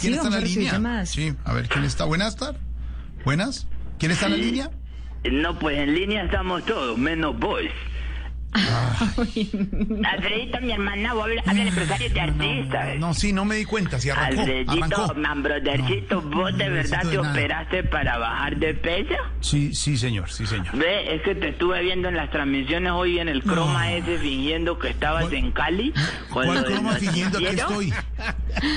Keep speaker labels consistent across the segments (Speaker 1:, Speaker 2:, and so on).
Speaker 1: ¿Quién está en
Speaker 2: Así vamos
Speaker 1: la
Speaker 2: a recibir
Speaker 1: línea?
Speaker 2: llamadas.
Speaker 1: Sí, a ver, ¿quién está? Buenas tardes. Buenas. ¿Quién está en la
Speaker 3: Sí.
Speaker 1: línea?
Speaker 3: No, pues en línea estamos todos, menos vos. Alfredito, mi hermana, vos habla, habla de empresarios de artistas.
Speaker 1: No, sí, no me di cuenta. Sí, arrancó.
Speaker 3: Alfredito,
Speaker 1: Arrancó.
Speaker 3: mambrodercito, ¿vos de
Speaker 1: no
Speaker 3: verdad
Speaker 1: necesito
Speaker 3: te
Speaker 1: de nada.
Speaker 3: operaste para bajar de peso?
Speaker 1: Sí, sí, señor, sí, señor.
Speaker 3: Ve, es que te estuve viendo en las transmisiones hoy en el croma ese fingiendo que estabas
Speaker 1: ¿Cuál-
Speaker 3: en Cali. con
Speaker 1: ¿Cuál
Speaker 3: lo del
Speaker 1: croma fingiendo que
Speaker 3: noticiero.
Speaker 1: estoy?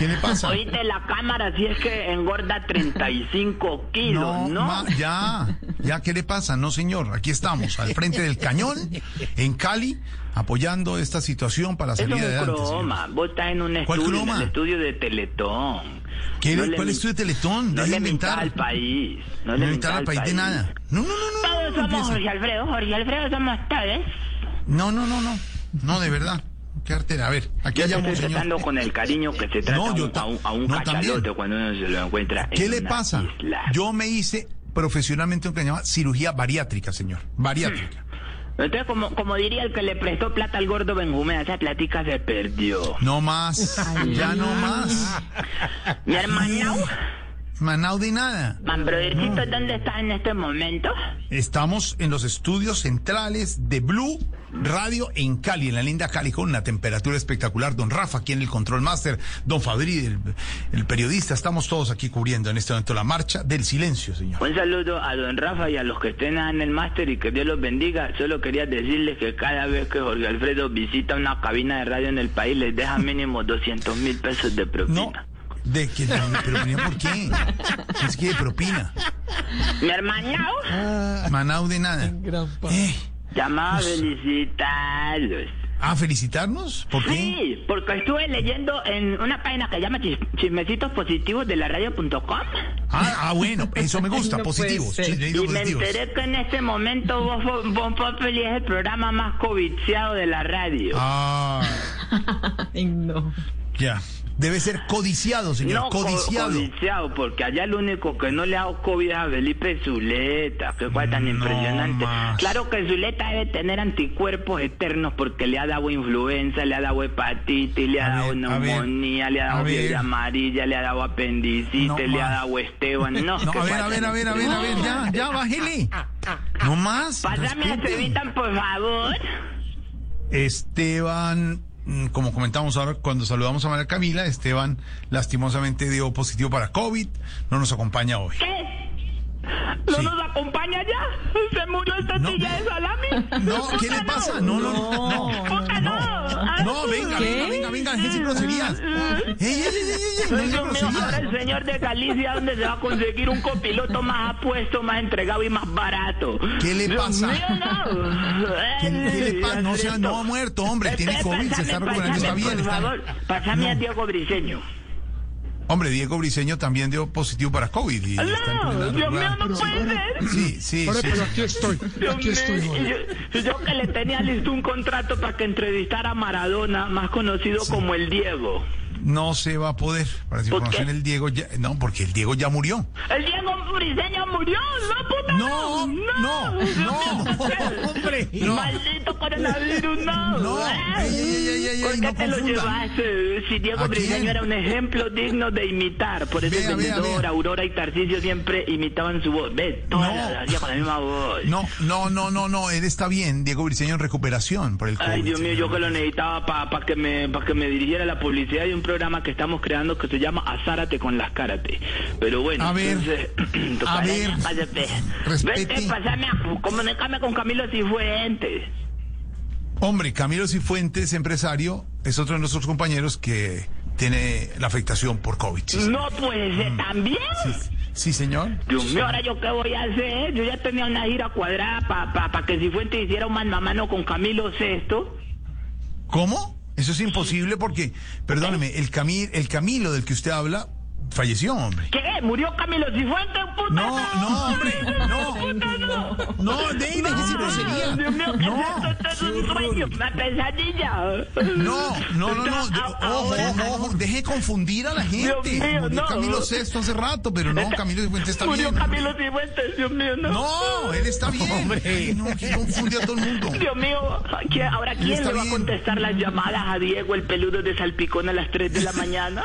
Speaker 1: ¿Qué le pasa?
Speaker 3: Oíste la cámara, si es que engorda 35 kilos, ¿no?
Speaker 1: No, ma- ya, ya, ¿qué le pasa? No, señor, aquí estamos, al frente del cañón, en Cali, apoyando esta situación para
Speaker 3: Eso
Speaker 1: salir
Speaker 3: es un
Speaker 1: adelante. señor.
Speaker 3: croma. Vos estás en un
Speaker 1: ¿Cuál
Speaker 3: estudio, en
Speaker 1: croma?
Speaker 3: el estudio de Teletón.
Speaker 1: ¿Qué le-
Speaker 3: le
Speaker 1: ¿Cuál
Speaker 3: mi-
Speaker 1: estudio de Teletón?
Speaker 3: No
Speaker 1: Deje de
Speaker 3: le mintas
Speaker 1: inventar.
Speaker 3: al país. No
Speaker 1: No
Speaker 3: le
Speaker 1: inventar
Speaker 3: mintas
Speaker 1: al país de nada. No, no, no, no, no.
Speaker 3: Todos
Speaker 1: no,
Speaker 3: somos
Speaker 1: empiece.
Speaker 3: Jorge Alfredo. Jorge Alfredo somos todos.
Speaker 1: No, no, no, no. No, de verdad. Qué artera. A ver, aquí
Speaker 3: Yo te
Speaker 1: llamo,
Speaker 3: estoy tratando
Speaker 1: señor.
Speaker 3: con el cariño que se trata
Speaker 1: No, yo
Speaker 3: a un-
Speaker 1: ta-
Speaker 3: a un, a un
Speaker 1: no,
Speaker 3: cachalote
Speaker 1: también.
Speaker 3: cuando uno se lo encuentra
Speaker 1: ¿Qué
Speaker 3: en
Speaker 1: le
Speaker 3: una
Speaker 1: pasa?
Speaker 3: isla.
Speaker 1: Yo me hice profesionalmente lo que se llama cirugía bariátrica, señor. Bariátrica.
Speaker 3: Hmm. Entonces, como, como diría el que le prestó plata al gordo Benjumea, esa platica se perdió.
Speaker 1: No más. Ya no más.
Speaker 3: Mi hermano,
Speaker 1: Manau de nada.
Speaker 3: Mambrodercito, ¿dónde estás en este momento?
Speaker 1: Estamos en los estudios centrales de Blue Radio en Cali, en la linda Cali, con una temperatura espectacular. Don Rafa, aquí en el Control Master, don Fabri, el, el periodista, estamos todos aquí cubriendo en este momento la marcha del silencio, señor.
Speaker 3: Un saludo a don Rafa y a los que estén en el máster y que Dios los bendiga. Solo quería decirles que cada vez que Jorge Alfredo visita una cabina de radio en el país les deja mínimo 200 mil pesos de
Speaker 1: No,
Speaker 3: propina.
Speaker 1: de que, pero mira, ¿por qué? Es que de propina.
Speaker 3: Mi hermano,
Speaker 1: Manau de nada. Eh,
Speaker 3: llamaba a felicitarlos.
Speaker 1: ¿A felicitarnos? ¿Por qué?
Speaker 3: Sí, porque estuve leyendo en una página que llama Chis- Chismecitos Positivos de la radio.com
Speaker 1: Ah, ah, bueno, eso me gusta,
Speaker 2: No puede
Speaker 1: positivos.
Speaker 2: ser.
Speaker 1: sí,
Speaker 3: y
Speaker 1: leído
Speaker 3: me
Speaker 1: positivos.
Speaker 3: enteré que en este momento Vos Pop- Vos Populi es el programa más coviciado de la radio.
Speaker 1: Ah,
Speaker 2: Ay, no.
Speaker 1: ya. Debe ser codiciado, señor,
Speaker 3: No, co-
Speaker 1: codiciado.
Speaker 3: codiciado, porque allá el único que no le ha dado COVID es a Felipe Zuleta. Qué cosa tan
Speaker 1: No
Speaker 3: impresionante.
Speaker 1: más.
Speaker 3: Claro que Zuleta debe tener anticuerpos eternos porque le ha dado influenza, le ha dado hepatitis, le ha
Speaker 1: A
Speaker 3: dado
Speaker 1: ver, a ver,
Speaker 3: neumonía, le ha
Speaker 1: a
Speaker 3: dado
Speaker 1: ver.
Speaker 3: fiebre amarilla, le ha dado apendicitis,
Speaker 1: No
Speaker 3: le ha
Speaker 1: más.
Speaker 3: dado Esteban. No,
Speaker 1: No,
Speaker 3: qué
Speaker 1: a ver,
Speaker 3: cosa
Speaker 1: a ver,
Speaker 3: tan
Speaker 1: a ver, a ver, a ver, ya, ya, bájele. No más.
Speaker 3: Pásame a
Speaker 1: respete.
Speaker 3: Esteban, por favor.
Speaker 1: Esteban, mm, como comentamos ahora cuando saludamos a María Camila, Esteban lastimosamente dio positivo para COVID, no nos acompaña hoy.
Speaker 3: ¿Qué? ¿No
Speaker 1: Sí.
Speaker 3: nos acompaña ya? ¿Se murió esta
Speaker 1: No.
Speaker 3: tía de salami?
Speaker 1: No, ¿qué le pasa? No, no, no. No,
Speaker 3: Puta, no. Ah,
Speaker 1: no venga, venga, venga, venga, deje sin groserías. Ey, ey, ey, ey, ey, no
Speaker 3: Ay,
Speaker 1: diga
Speaker 3: Dios mío, ahora
Speaker 1: groserías.
Speaker 3: el señor de Galicia, ¿dónde se va a conseguir un copiloto más apuesto, más entregado y más barato?
Speaker 1: ¿Qué le
Speaker 3: Dios
Speaker 1: pasa?
Speaker 3: mío, no.
Speaker 1: ¿Qué, qué le pasa?
Speaker 3: Ay,
Speaker 1: No, sea, no ha muerto, hombre, tiene
Speaker 3: Este,
Speaker 1: COVID, se está
Speaker 3: pásame,
Speaker 1: recuperando, está
Speaker 3: pásame,
Speaker 1: bien.
Speaker 3: Por
Speaker 1: está-
Speaker 3: favor, pásame a Diego Briseño.
Speaker 1: Hombre, Diego Briseño también dio positivo para COVID. Y está en
Speaker 3: No,
Speaker 1: primera
Speaker 3: Dios mío,
Speaker 1: lugar.
Speaker 3: no puede ser.
Speaker 1: Sí, sí, sí.
Speaker 4: Pero aquí estoy,
Speaker 3: Dios
Speaker 4: aquí estoy,
Speaker 3: mío,
Speaker 4: Jorge.
Speaker 3: y yo, yo que le tenía listo un contrato para que entrevistara a Maradona, más conocido como el Diego.
Speaker 1: No se va a poder. Para su
Speaker 3: ¿Por
Speaker 1: información,
Speaker 3: qué?
Speaker 1: el Diego ya. No, porque el Diego ya murió.
Speaker 3: El Diego Briseño murió, no puta.
Speaker 1: No, no,
Speaker 3: Dios mío,
Speaker 1: no,
Speaker 3: ¿por qué?
Speaker 1: hombre. No,
Speaker 3: Maldito coronavirus, no.
Speaker 1: No,
Speaker 3: Ah,
Speaker 1: ey, ey, ey, ey,
Speaker 3: ¿Por
Speaker 1: ey,
Speaker 3: qué
Speaker 1: no
Speaker 3: te lo
Speaker 1: confunda.
Speaker 3: llevaste? Si Diego
Speaker 1: ¿A quién?
Speaker 3: Briseño era un ejemplo digno de imitar. Por eso
Speaker 1: Vea, vea,
Speaker 3: Vendedor,
Speaker 1: vea.
Speaker 3: Aurora y Tarcisio siempre imitaban su voz. Ve, todas
Speaker 1: No.
Speaker 3: las hacían con la misma voz.
Speaker 1: no, no, no, no, no, él está bien. Diego Briseño en recuperación por el COVID.
Speaker 3: Ay, Dios mío, yo que lo necesitaba para que me pa' que me dirigiera la publicidad de un programa que estamos creando que se llama Azárate con las Cárate. Pero bueno,
Speaker 1: A ver,
Speaker 3: entonces,
Speaker 1: a ver,
Speaker 3: pásate.
Speaker 1: respete.
Speaker 3: Vete, pasame a comunicarme con Camilo Cifuentes.
Speaker 1: Hombre, Camilo Cifuentes, empresario, es otro de nuestros compañeros que tiene la afectación por COVID. Sí,
Speaker 3: No puede ser, ¿también?
Speaker 1: sí, sí, señor.
Speaker 3: Dios mío, ahora yo qué voy a hacer. Yo ya tenía una gira cuadrada para pa, pa que Cifuentes hiciera un mano a mano con Camilo Sexto.
Speaker 1: ¿Cómo? Eso es imposible porque, perdóneme, el, Cami- el Camilo del que usted habla falleció, hombre.
Speaker 3: ¿Qué? ¿Murió Camilo Cifuentes, puta?
Speaker 1: No, no, hombre, no.
Speaker 3: puta, no.
Speaker 1: No, Deina,
Speaker 3: Ah.
Speaker 1: que sí grosería.
Speaker 3: Dios mío, ¿qué
Speaker 1: No,
Speaker 3: es esto? Esto es un sueño, una pesadilla.
Speaker 1: No, no, no, no. de- Ojo, ojo, ojo. Deje de confundir a la gente.
Speaker 3: Dios mío,
Speaker 1: Murió
Speaker 3: no.
Speaker 1: Camilo VI hace rato, pero no, Camilo Cifuentes está
Speaker 3: Murió
Speaker 1: bien.
Speaker 3: Camilo Cifuentes, Dios mío, no.
Speaker 1: No, él está bien. Ay, no, que confunde a todo el mundo.
Speaker 3: Dios mío, ¿qué- ahora quién
Speaker 1: Está
Speaker 3: le va a
Speaker 1: bien.
Speaker 3: contestar las llamadas a Diego el peludo de Salpicón a las 3 de la mañana?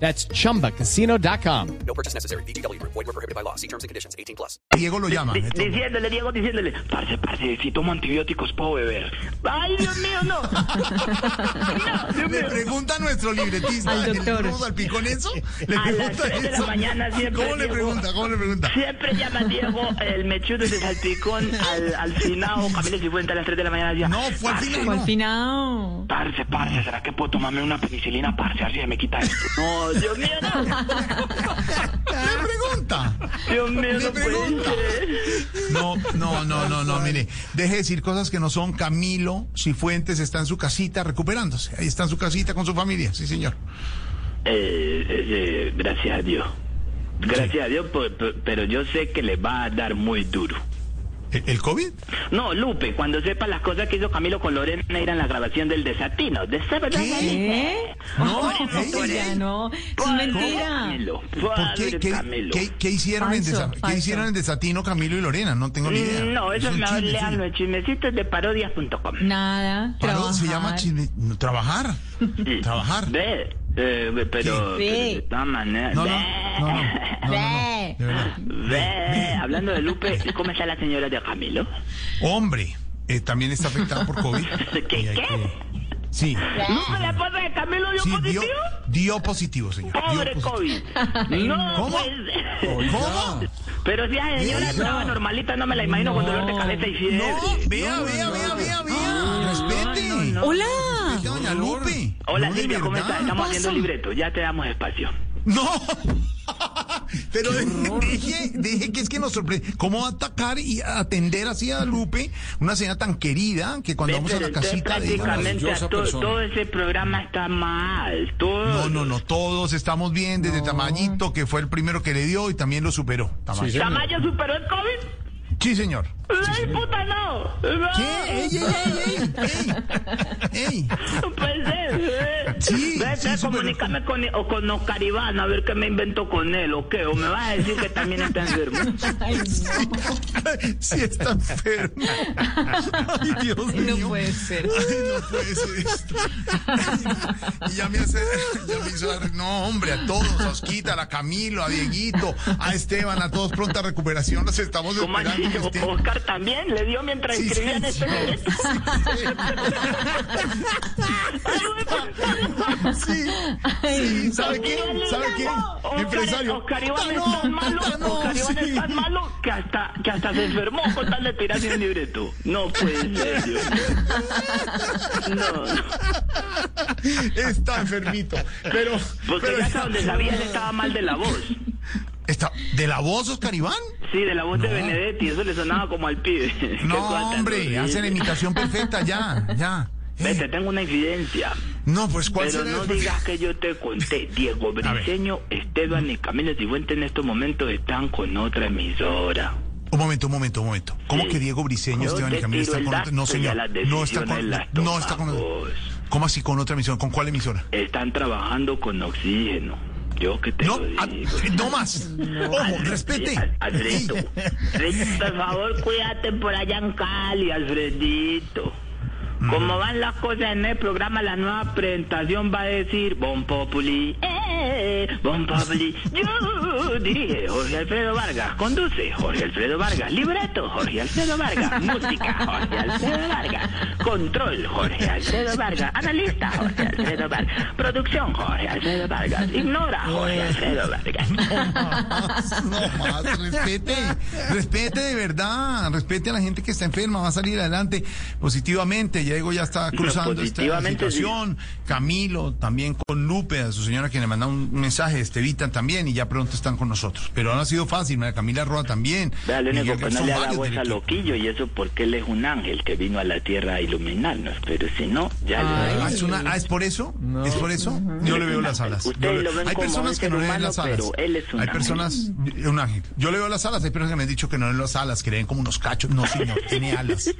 Speaker 4: That's chumbacasino.com.
Speaker 5: No purchase necessary. VGW Group. Void were prohibited by law. See terms and conditions. 18 plus.
Speaker 1: Diego lo llama.
Speaker 3: Di- Diciéndole, Diego, diciéndole, parce, parce, si tomo antibióticos puedo beber. Ay, Dios mío, no. no, Dios
Speaker 1: Le
Speaker 3: mío.
Speaker 1: pregunta a nuestro libretista,
Speaker 2: Al doctor.
Speaker 1: ¿el al picón eso? Le
Speaker 3: A las
Speaker 1: pregunta
Speaker 3: tres de la
Speaker 1: eso.
Speaker 3: mañana siempre,
Speaker 1: ¿Cómo le
Speaker 3: Diego.
Speaker 1: pregunta? ¿Cómo le pregunta?
Speaker 3: Siempre llama a Diego el mechudo de Salpicón al, al finado Camilo Cifuentes a las 3 de la mañana. decía,
Speaker 1: No, fue al
Speaker 3: "Parce,
Speaker 1: final.
Speaker 2: Fue
Speaker 1: no.
Speaker 2: al finado.
Speaker 3: Parce, parce, ¿será que puedo tomarme una penicilina, parce? Así se me quita esto. No, Dios mío, no.
Speaker 1: Le pregunta.
Speaker 3: Dios mío,
Speaker 1: Le
Speaker 3: no puede
Speaker 1: pregunta.
Speaker 3: ser.
Speaker 1: No, no, no, no, no, mire, deje de decir cosas que no son. Camilo Cifuentes está en su casita recuperándose. Ahí está en su casita con su familia, sí, señor.
Speaker 3: Eh, eh, gracias a Dios. Gracias a Dios, por- por- pero yo sé que le va a dar muy duro.
Speaker 1: ¿E-, ¿El, el COVID?
Speaker 3: No, Lupe, cuando sepa las cosas que hizo Camilo con Lorena Neira en la grabación del desatino. ¿De esa verdad?
Speaker 2: ¿Qué?
Speaker 1: No,
Speaker 2: Ay,
Speaker 1: ey,
Speaker 2: Victoria,
Speaker 1: ey.
Speaker 2: ¿Eh? no. Es mentira.
Speaker 3: Camilo,
Speaker 1: ¿Por qué?
Speaker 3: padre
Speaker 1: ¿Qué,
Speaker 3: Ah, Camilo.
Speaker 1: qué- qué hicieron, en
Speaker 2: Falso,
Speaker 1: desa-
Speaker 2: falso.
Speaker 1: qué hicieron en Desatino Camilo y Lorena? No tengo ni idea.
Speaker 3: Mm, No, eso
Speaker 1: un
Speaker 3: me
Speaker 1: chisme,
Speaker 3: lean
Speaker 1: sí. Mm.
Speaker 3: los chismecitos de parodias.com.
Speaker 2: Nada.
Speaker 1: Paró- se llama
Speaker 2: trabajar.
Speaker 1: chisme- no, trabajar. Trabajar.
Speaker 3: Ve, eh, pero, pero
Speaker 2: Sí.
Speaker 3: de todas maneras.
Speaker 1: No, no,
Speaker 3: ve,
Speaker 1: no, no, no, no, no,
Speaker 2: Ve.
Speaker 1: de verdad.
Speaker 3: ve. Hablando de Lupe, ¿cómo está la señora de Camilo?
Speaker 1: Hombre, eh, también está afectado por COVID.
Speaker 3: ¿Qué,
Speaker 1: Y hay
Speaker 3: qué?
Speaker 1: que- Sí,
Speaker 3: ¿Lupe, la esposa de Camilo dio
Speaker 1: sí, dio,
Speaker 3: positivo?
Speaker 1: dio positivo, señor. dio
Speaker 3: Pobre
Speaker 1: positivo.
Speaker 3: COVID. No,
Speaker 1: ¿Cómo?
Speaker 3: pues.
Speaker 1: ¿Cómo?
Speaker 3: Pero si la señora estaba normalita, no me la imagino con dolor de cabeza y fiebre.
Speaker 1: Vea, vea, vea, vea, vea. Respete.
Speaker 2: Hola.
Speaker 1: Respete a Doña Lupe.
Speaker 3: Hola
Speaker 1: No, de
Speaker 3: Silvia, ¿cómo
Speaker 1: verdad.
Speaker 3: estás? Estamos
Speaker 2: Pasa.
Speaker 3: haciendo el libreto, ya te damos espacio.
Speaker 1: No. Pero dije, dije que es que nos sorprende. ¿Cómo atacar y atender así a Lupe, una señora tan querida, que cuando
Speaker 3: Ve,
Speaker 1: vamos a
Speaker 3: pero
Speaker 1: la
Speaker 3: entonces
Speaker 1: casita de ella,
Speaker 3: prácticamente a to- todo ese programa está mal. Todo.
Speaker 1: No, no, no, todos estamos bien, desde Tamayito, que fue el primero que le dio y también lo superó. Tamayo. Sí,
Speaker 3: ¿Tamayo superó el COVID?
Speaker 1: señor.
Speaker 3: ¡Ay, puta, no! ¡No!
Speaker 1: ¿Qué? ¡Ey, ey, ey, ey! ¡Ey! ¡Ey!
Speaker 3: Pues eh,
Speaker 1: Sí,
Speaker 3: Ve,
Speaker 1: sí,
Speaker 3: ve,
Speaker 1: superó.
Speaker 3: comunícame con, o con Oscar Iván a ver qué me invento con él o qué. O me vas a decir que también está enfermo.
Speaker 2: Ay, no.
Speaker 1: Sí está enfermo. Ay, Dios mío.
Speaker 2: No puede ser.
Speaker 1: Ay, no puede ser esto. Y ya me hace, ya me hizo dar- no, hombre, a todos, a Osquita, a la Camilo, a Dieguito, a Esteban, a todos, pronta recuperación, los estamos
Speaker 3: ¿Cómo así?
Speaker 1: esperando. que estén-
Speaker 3: Oscar también le dio mientras
Speaker 1: este- Sí,
Speaker 3: escribían
Speaker 1: sí,
Speaker 3: este
Speaker 1: sí.
Speaker 3: libreto.
Speaker 1: Sí, sí, ¿sabe qué? ¿Sabe qué?
Speaker 3: Oscar-
Speaker 1: Empresario.
Speaker 3: Oscar Iván
Speaker 1: Ah,
Speaker 3: es
Speaker 1: no,
Speaker 3: tan malo,
Speaker 1: ah, no,
Speaker 3: Oscar Iván es
Speaker 1: sí.
Speaker 3: tan malo que hasta, que hasta se enfermó con tal de tirarse un libreto. No puede ser, Dios mío. No,
Speaker 1: Está enfermito. Pero,
Speaker 3: porque
Speaker 1: pero
Speaker 3: ya hasta donde sabía él estaba mal de la voz.
Speaker 1: está, ¿de la voz, Oscar Iván?
Speaker 3: Sí, de la voz de Benedetti, eso le sonaba como al pibe. Qué
Speaker 1: No,
Speaker 3: cosa tan
Speaker 1: hombre,
Speaker 3: horrible.
Speaker 1: hace la imitación perfecta, ya, ya.
Speaker 3: Ve, te tengo una infidencia.
Speaker 1: No, pues, ¿cuál
Speaker 3: Pero
Speaker 1: será?
Speaker 3: no
Speaker 1: después?
Speaker 3: digas que yo te conté. Diego
Speaker 1: A ver.
Speaker 3: Briseño, Esteban y Camilo Cifuentes en estos momentos están con otra emisora.
Speaker 1: Un momento, un momento, un momento. ¿Cómo
Speaker 3: Sí.
Speaker 1: que Diego Briseño,
Speaker 3: Yo
Speaker 1: Esteban y
Speaker 3: te
Speaker 1: Camilo
Speaker 3: tiro
Speaker 1: están
Speaker 3: el
Speaker 1: con otra? No,
Speaker 3: dato y a
Speaker 1: señor.
Speaker 3: las
Speaker 1: No está con,
Speaker 3: decisiones las
Speaker 1: no está con.
Speaker 3: tomamos.
Speaker 1: ¿Cómo así con otra emisión? ¿Con cuál emisora?
Speaker 3: Están trabajando con oxígeno. Yo que te
Speaker 1: No,
Speaker 3: lo
Speaker 1: ah,
Speaker 3: digo.
Speaker 1: no más. Ojo, respete.
Speaker 3: Al- Alfredito,
Speaker 1: Sí.
Speaker 3: Alfredito, por favor, cuídate por allá en Cali, Alfredito. Como van las cosas en el programa, la nueva presentación va a decir Bon Populi. ¡Eh! yeah, Bon Pabli, you, dirige Jorge Alfredo Vargas, conduce Jorge Alfredo Vargas, libreto Jorge Alfredo Vargas, música Jorge Alfredo Vargas, control Jorge Alfredo Vargas, analista Jorge Alfredo Vargas, producción Jorge Alfredo Vargas, ignora Jorge Alfredo Vargas.
Speaker 1: No más, respete, respete de verdad, respete a la gente que está enferma, va a salir adelante positivamente. Ya digo, ya está cruzando esta
Speaker 3: positivamente, sí.
Speaker 1: situación. Camilo también con Lupe, a su señora que le manda un mensaje, Estevita también, y ya pronto están con nosotros. Pero no ha sido fácil, María Camila Roa también.
Speaker 3: Vea, lo único
Speaker 1: Miguel
Speaker 3: que pues no
Speaker 1: Garzón,
Speaker 3: le
Speaker 1: varios
Speaker 3: hago es a
Speaker 1: directores.
Speaker 3: Loquillo y eso porque él es un ángel que vino a la tierra a iluminarnos, pero si no, ya le
Speaker 1: Ah, es, una- ah, ¿es por eso? ¿Es por eso? Yo le veo las alas.
Speaker 3: Ustedes
Speaker 1: Yo le-
Speaker 3: lo ven
Speaker 1: hay
Speaker 3: como
Speaker 1: personas
Speaker 3: un
Speaker 1: que no
Speaker 3: ser
Speaker 1: le ven
Speaker 3: humano,
Speaker 1: las alas.
Speaker 3: pero él es un
Speaker 1: hay
Speaker 3: ángel.
Speaker 1: personas, un ángel. Yo le veo las alas, hay personas que me han dicho que no le ven las alas, que le ven como unos cachos. No, señor, tiene alas.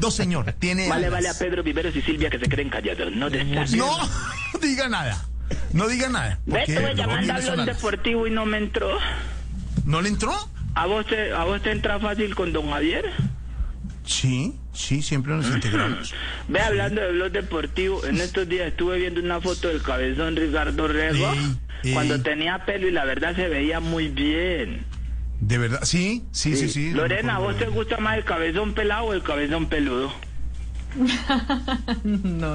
Speaker 1: no, señor, tiene
Speaker 3: Vale, vale a
Speaker 1: alas.
Speaker 3: Pedro Viveros y Silvia que se creen callados, no destaquen.
Speaker 1: No, diga nada. No diga nada.
Speaker 3: Ve,
Speaker 1: porque
Speaker 3: estuve
Speaker 1: luego
Speaker 3: llamando a
Speaker 1: viene
Speaker 3: Blon
Speaker 1: sonando.
Speaker 3: Deportivo y no me entró.
Speaker 1: ¿No le entró?
Speaker 3: ¿A vos, te, ¿A vos te entra fácil con don Javier?
Speaker 1: Sí, sí, siempre nos integramos.
Speaker 3: Ve hablando de Blog Deportivo, en estos días estuve viendo una foto del cabezón Ricardo Rego
Speaker 1: Ey,
Speaker 3: cuando
Speaker 1: ey.
Speaker 3: tenía pelo y la verdad se veía muy bien.
Speaker 1: De verdad, sí, sí, sí, sí. no me
Speaker 3: Lorena, ¿a
Speaker 1: acuerdo.
Speaker 3: vos te gusta más el cabezón pelado o el cabezón peludo?
Speaker 2: No, no.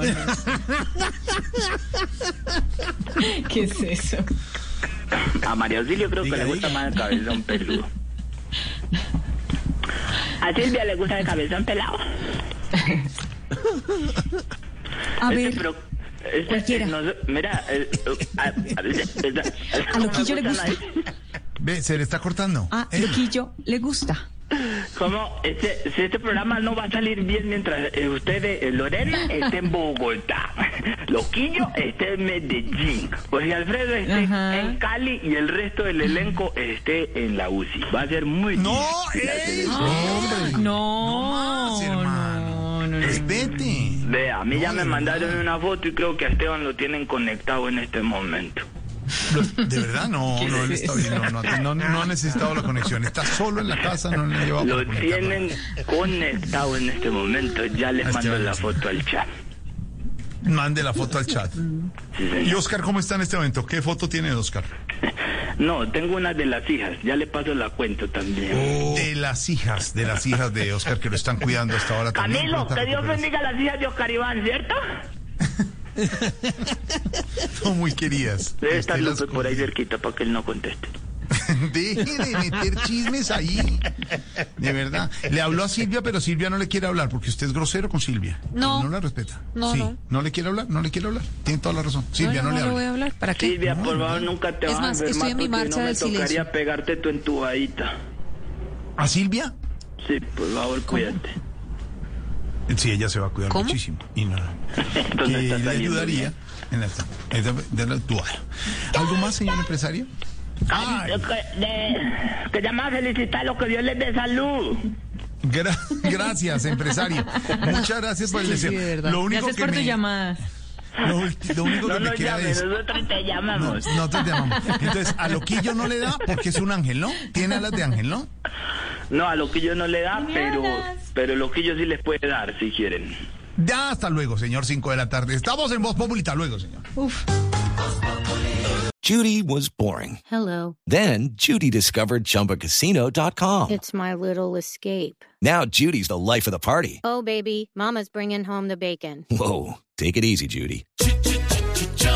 Speaker 2: ¿Qué es eso?
Speaker 3: A María Auxilio creo
Speaker 1: Diga,
Speaker 3: que le gusta
Speaker 1: diga.
Speaker 3: más el cabezón peludo. A Silvia le gusta el cabezón pelado.
Speaker 6: A
Speaker 3: Este
Speaker 6: ver,
Speaker 3: pro- este-
Speaker 6: cualquiera.
Speaker 3: no sé, mira, eh, eh, a, a-
Speaker 6: A Loquillo le gusta.
Speaker 1: Ve, se le está cortando.
Speaker 2: Ah,
Speaker 6: a
Speaker 1: Eh,
Speaker 6: Loquillo le gusta.
Speaker 3: ¿Cómo? Este, si este programa no va a salir bien mientras eh, ustedes, eh, Lorena, esté en Bogotá, Loquillo esté en Medellín, Jorge Alfredo esté
Speaker 2: Ajá.
Speaker 3: en Cali y el resto del elenco esté en la UCI. Va a ser muy
Speaker 1: No,
Speaker 3: difícil hacer
Speaker 1: ey,
Speaker 3: el-
Speaker 1: no, hombre.
Speaker 2: No,
Speaker 1: más,
Speaker 2: no,
Speaker 1: hermano.
Speaker 2: no, no.
Speaker 1: Respete.
Speaker 3: Vea, a mí ya
Speaker 1: No,
Speaker 3: me
Speaker 1: de
Speaker 3: mandaron
Speaker 1: verdad.
Speaker 3: una foto y creo que a Esteban lo tienen conectado en este momento.
Speaker 1: Lo- De verdad, no, no, él está bien. No, no, no, no ha necesitado la conexión. Está solo en la casa, no le ha llevado
Speaker 3: Lo
Speaker 1: para conectarlo.
Speaker 3: tienen conectado en este momento. Ya
Speaker 1: Ah,
Speaker 3: les mando
Speaker 1: Esteban,
Speaker 3: la
Speaker 1: sí.
Speaker 3: foto al chat.
Speaker 1: Mande la foto al chat.
Speaker 3: Sí, señor.
Speaker 1: ¿Y Oscar cómo está en este momento? ¿Qué foto tiene Oscar?
Speaker 3: No, tengo una de las hijas. Ya le paso la cuenta también.
Speaker 1: De las hijas, de las hijas de Oscar que lo están cuidando hasta ahora también.
Speaker 3: Camilo,
Speaker 1: Pronta
Speaker 3: que Dios
Speaker 1: recuperación.
Speaker 3: bendiga a las hijas de Oscar Iván, ¿cierto?
Speaker 1: Son muy queridas. Este,
Speaker 3: Debe estar
Speaker 1: Estelas
Speaker 3: Lupe por ahí cerquita para que él no conteste.
Speaker 1: Deje de meter chismes ahí. De verdad. Le habló a Silvia, pero Silvia no le quiere hablar porque usted es grosero con Silvia.
Speaker 6: No.
Speaker 1: No la respeta.
Speaker 6: No,
Speaker 1: sí.
Speaker 6: no.
Speaker 1: le quiere hablar, no le quiere hablar. Tiene toda la razón. Silvia no, le habla.
Speaker 6: hablar. ¿Para qué?
Speaker 3: Silvia, por favor, nunca te
Speaker 6: Es
Speaker 3: vas
Speaker 6: más,
Speaker 3: a enfermar
Speaker 6: estoy en mi
Speaker 3: porque
Speaker 6: marcha
Speaker 3: no me
Speaker 6: del
Speaker 3: tocaría
Speaker 6: silencio.
Speaker 3: pegarte tu entubadita.
Speaker 1: ¿A Silvia?
Speaker 3: Sí, por favor, cuídate.
Speaker 1: Sí, ella se va a cuidar
Speaker 6: ¿Cómo?
Speaker 1: muchísimo. Y no, no.
Speaker 3: Entonces
Speaker 1: que
Speaker 3: está
Speaker 1: le
Speaker 3: saliendo
Speaker 1: ayudaría
Speaker 3: bien.
Speaker 1: en esta, en esta- de la actual. ¿Algo más, señor empresario?
Speaker 3: Ay,
Speaker 1: Ay,
Speaker 3: Que, de- que llama a felicitar lo que Dios les dé salud.
Speaker 1: gra- gracias, empresario. Muchas gracias por el deseo. lo único
Speaker 2: Gracias
Speaker 1: que
Speaker 2: por tu
Speaker 1: me-
Speaker 2: llamada.
Speaker 1: Lo, ulti- lo único
Speaker 3: No
Speaker 1: que me
Speaker 3: nos
Speaker 1: queda
Speaker 3: llames,
Speaker 1: es...
Speaker 3: nosotros te
Speaker 1: No,
Speaker 3: llamamos.
Speaker 1: no te llamamos. Entonces, a Loquillo no le da porque es un ángel, ¿no? Tiene alas de ángel, ¿no?
Speaker 3: No, a Loquillo no le da,
Speaker 2: Me
Speaker 3: pero,
Speaker 2: hablas.
Speaker 3: pero Loquillo sí les puede dar si quieren.
Speaker 1: Ya hasta luego, señor, 5 de la tarde. Estamos en Voz Populi, hasta luego, señor.
Speaker 7: Judy was boring.
Speaker 8: Hello,
Speaker 7: Then Judy discovered ChumbaCasino.com.
Speaker 8: it's my little escape.
Speaker 7: Now Judy's the life of the party.
Speaker 8: Oh, baby, Mama's bringing home the bacon.
Speaker 7: Whoa, take it easy, Judy.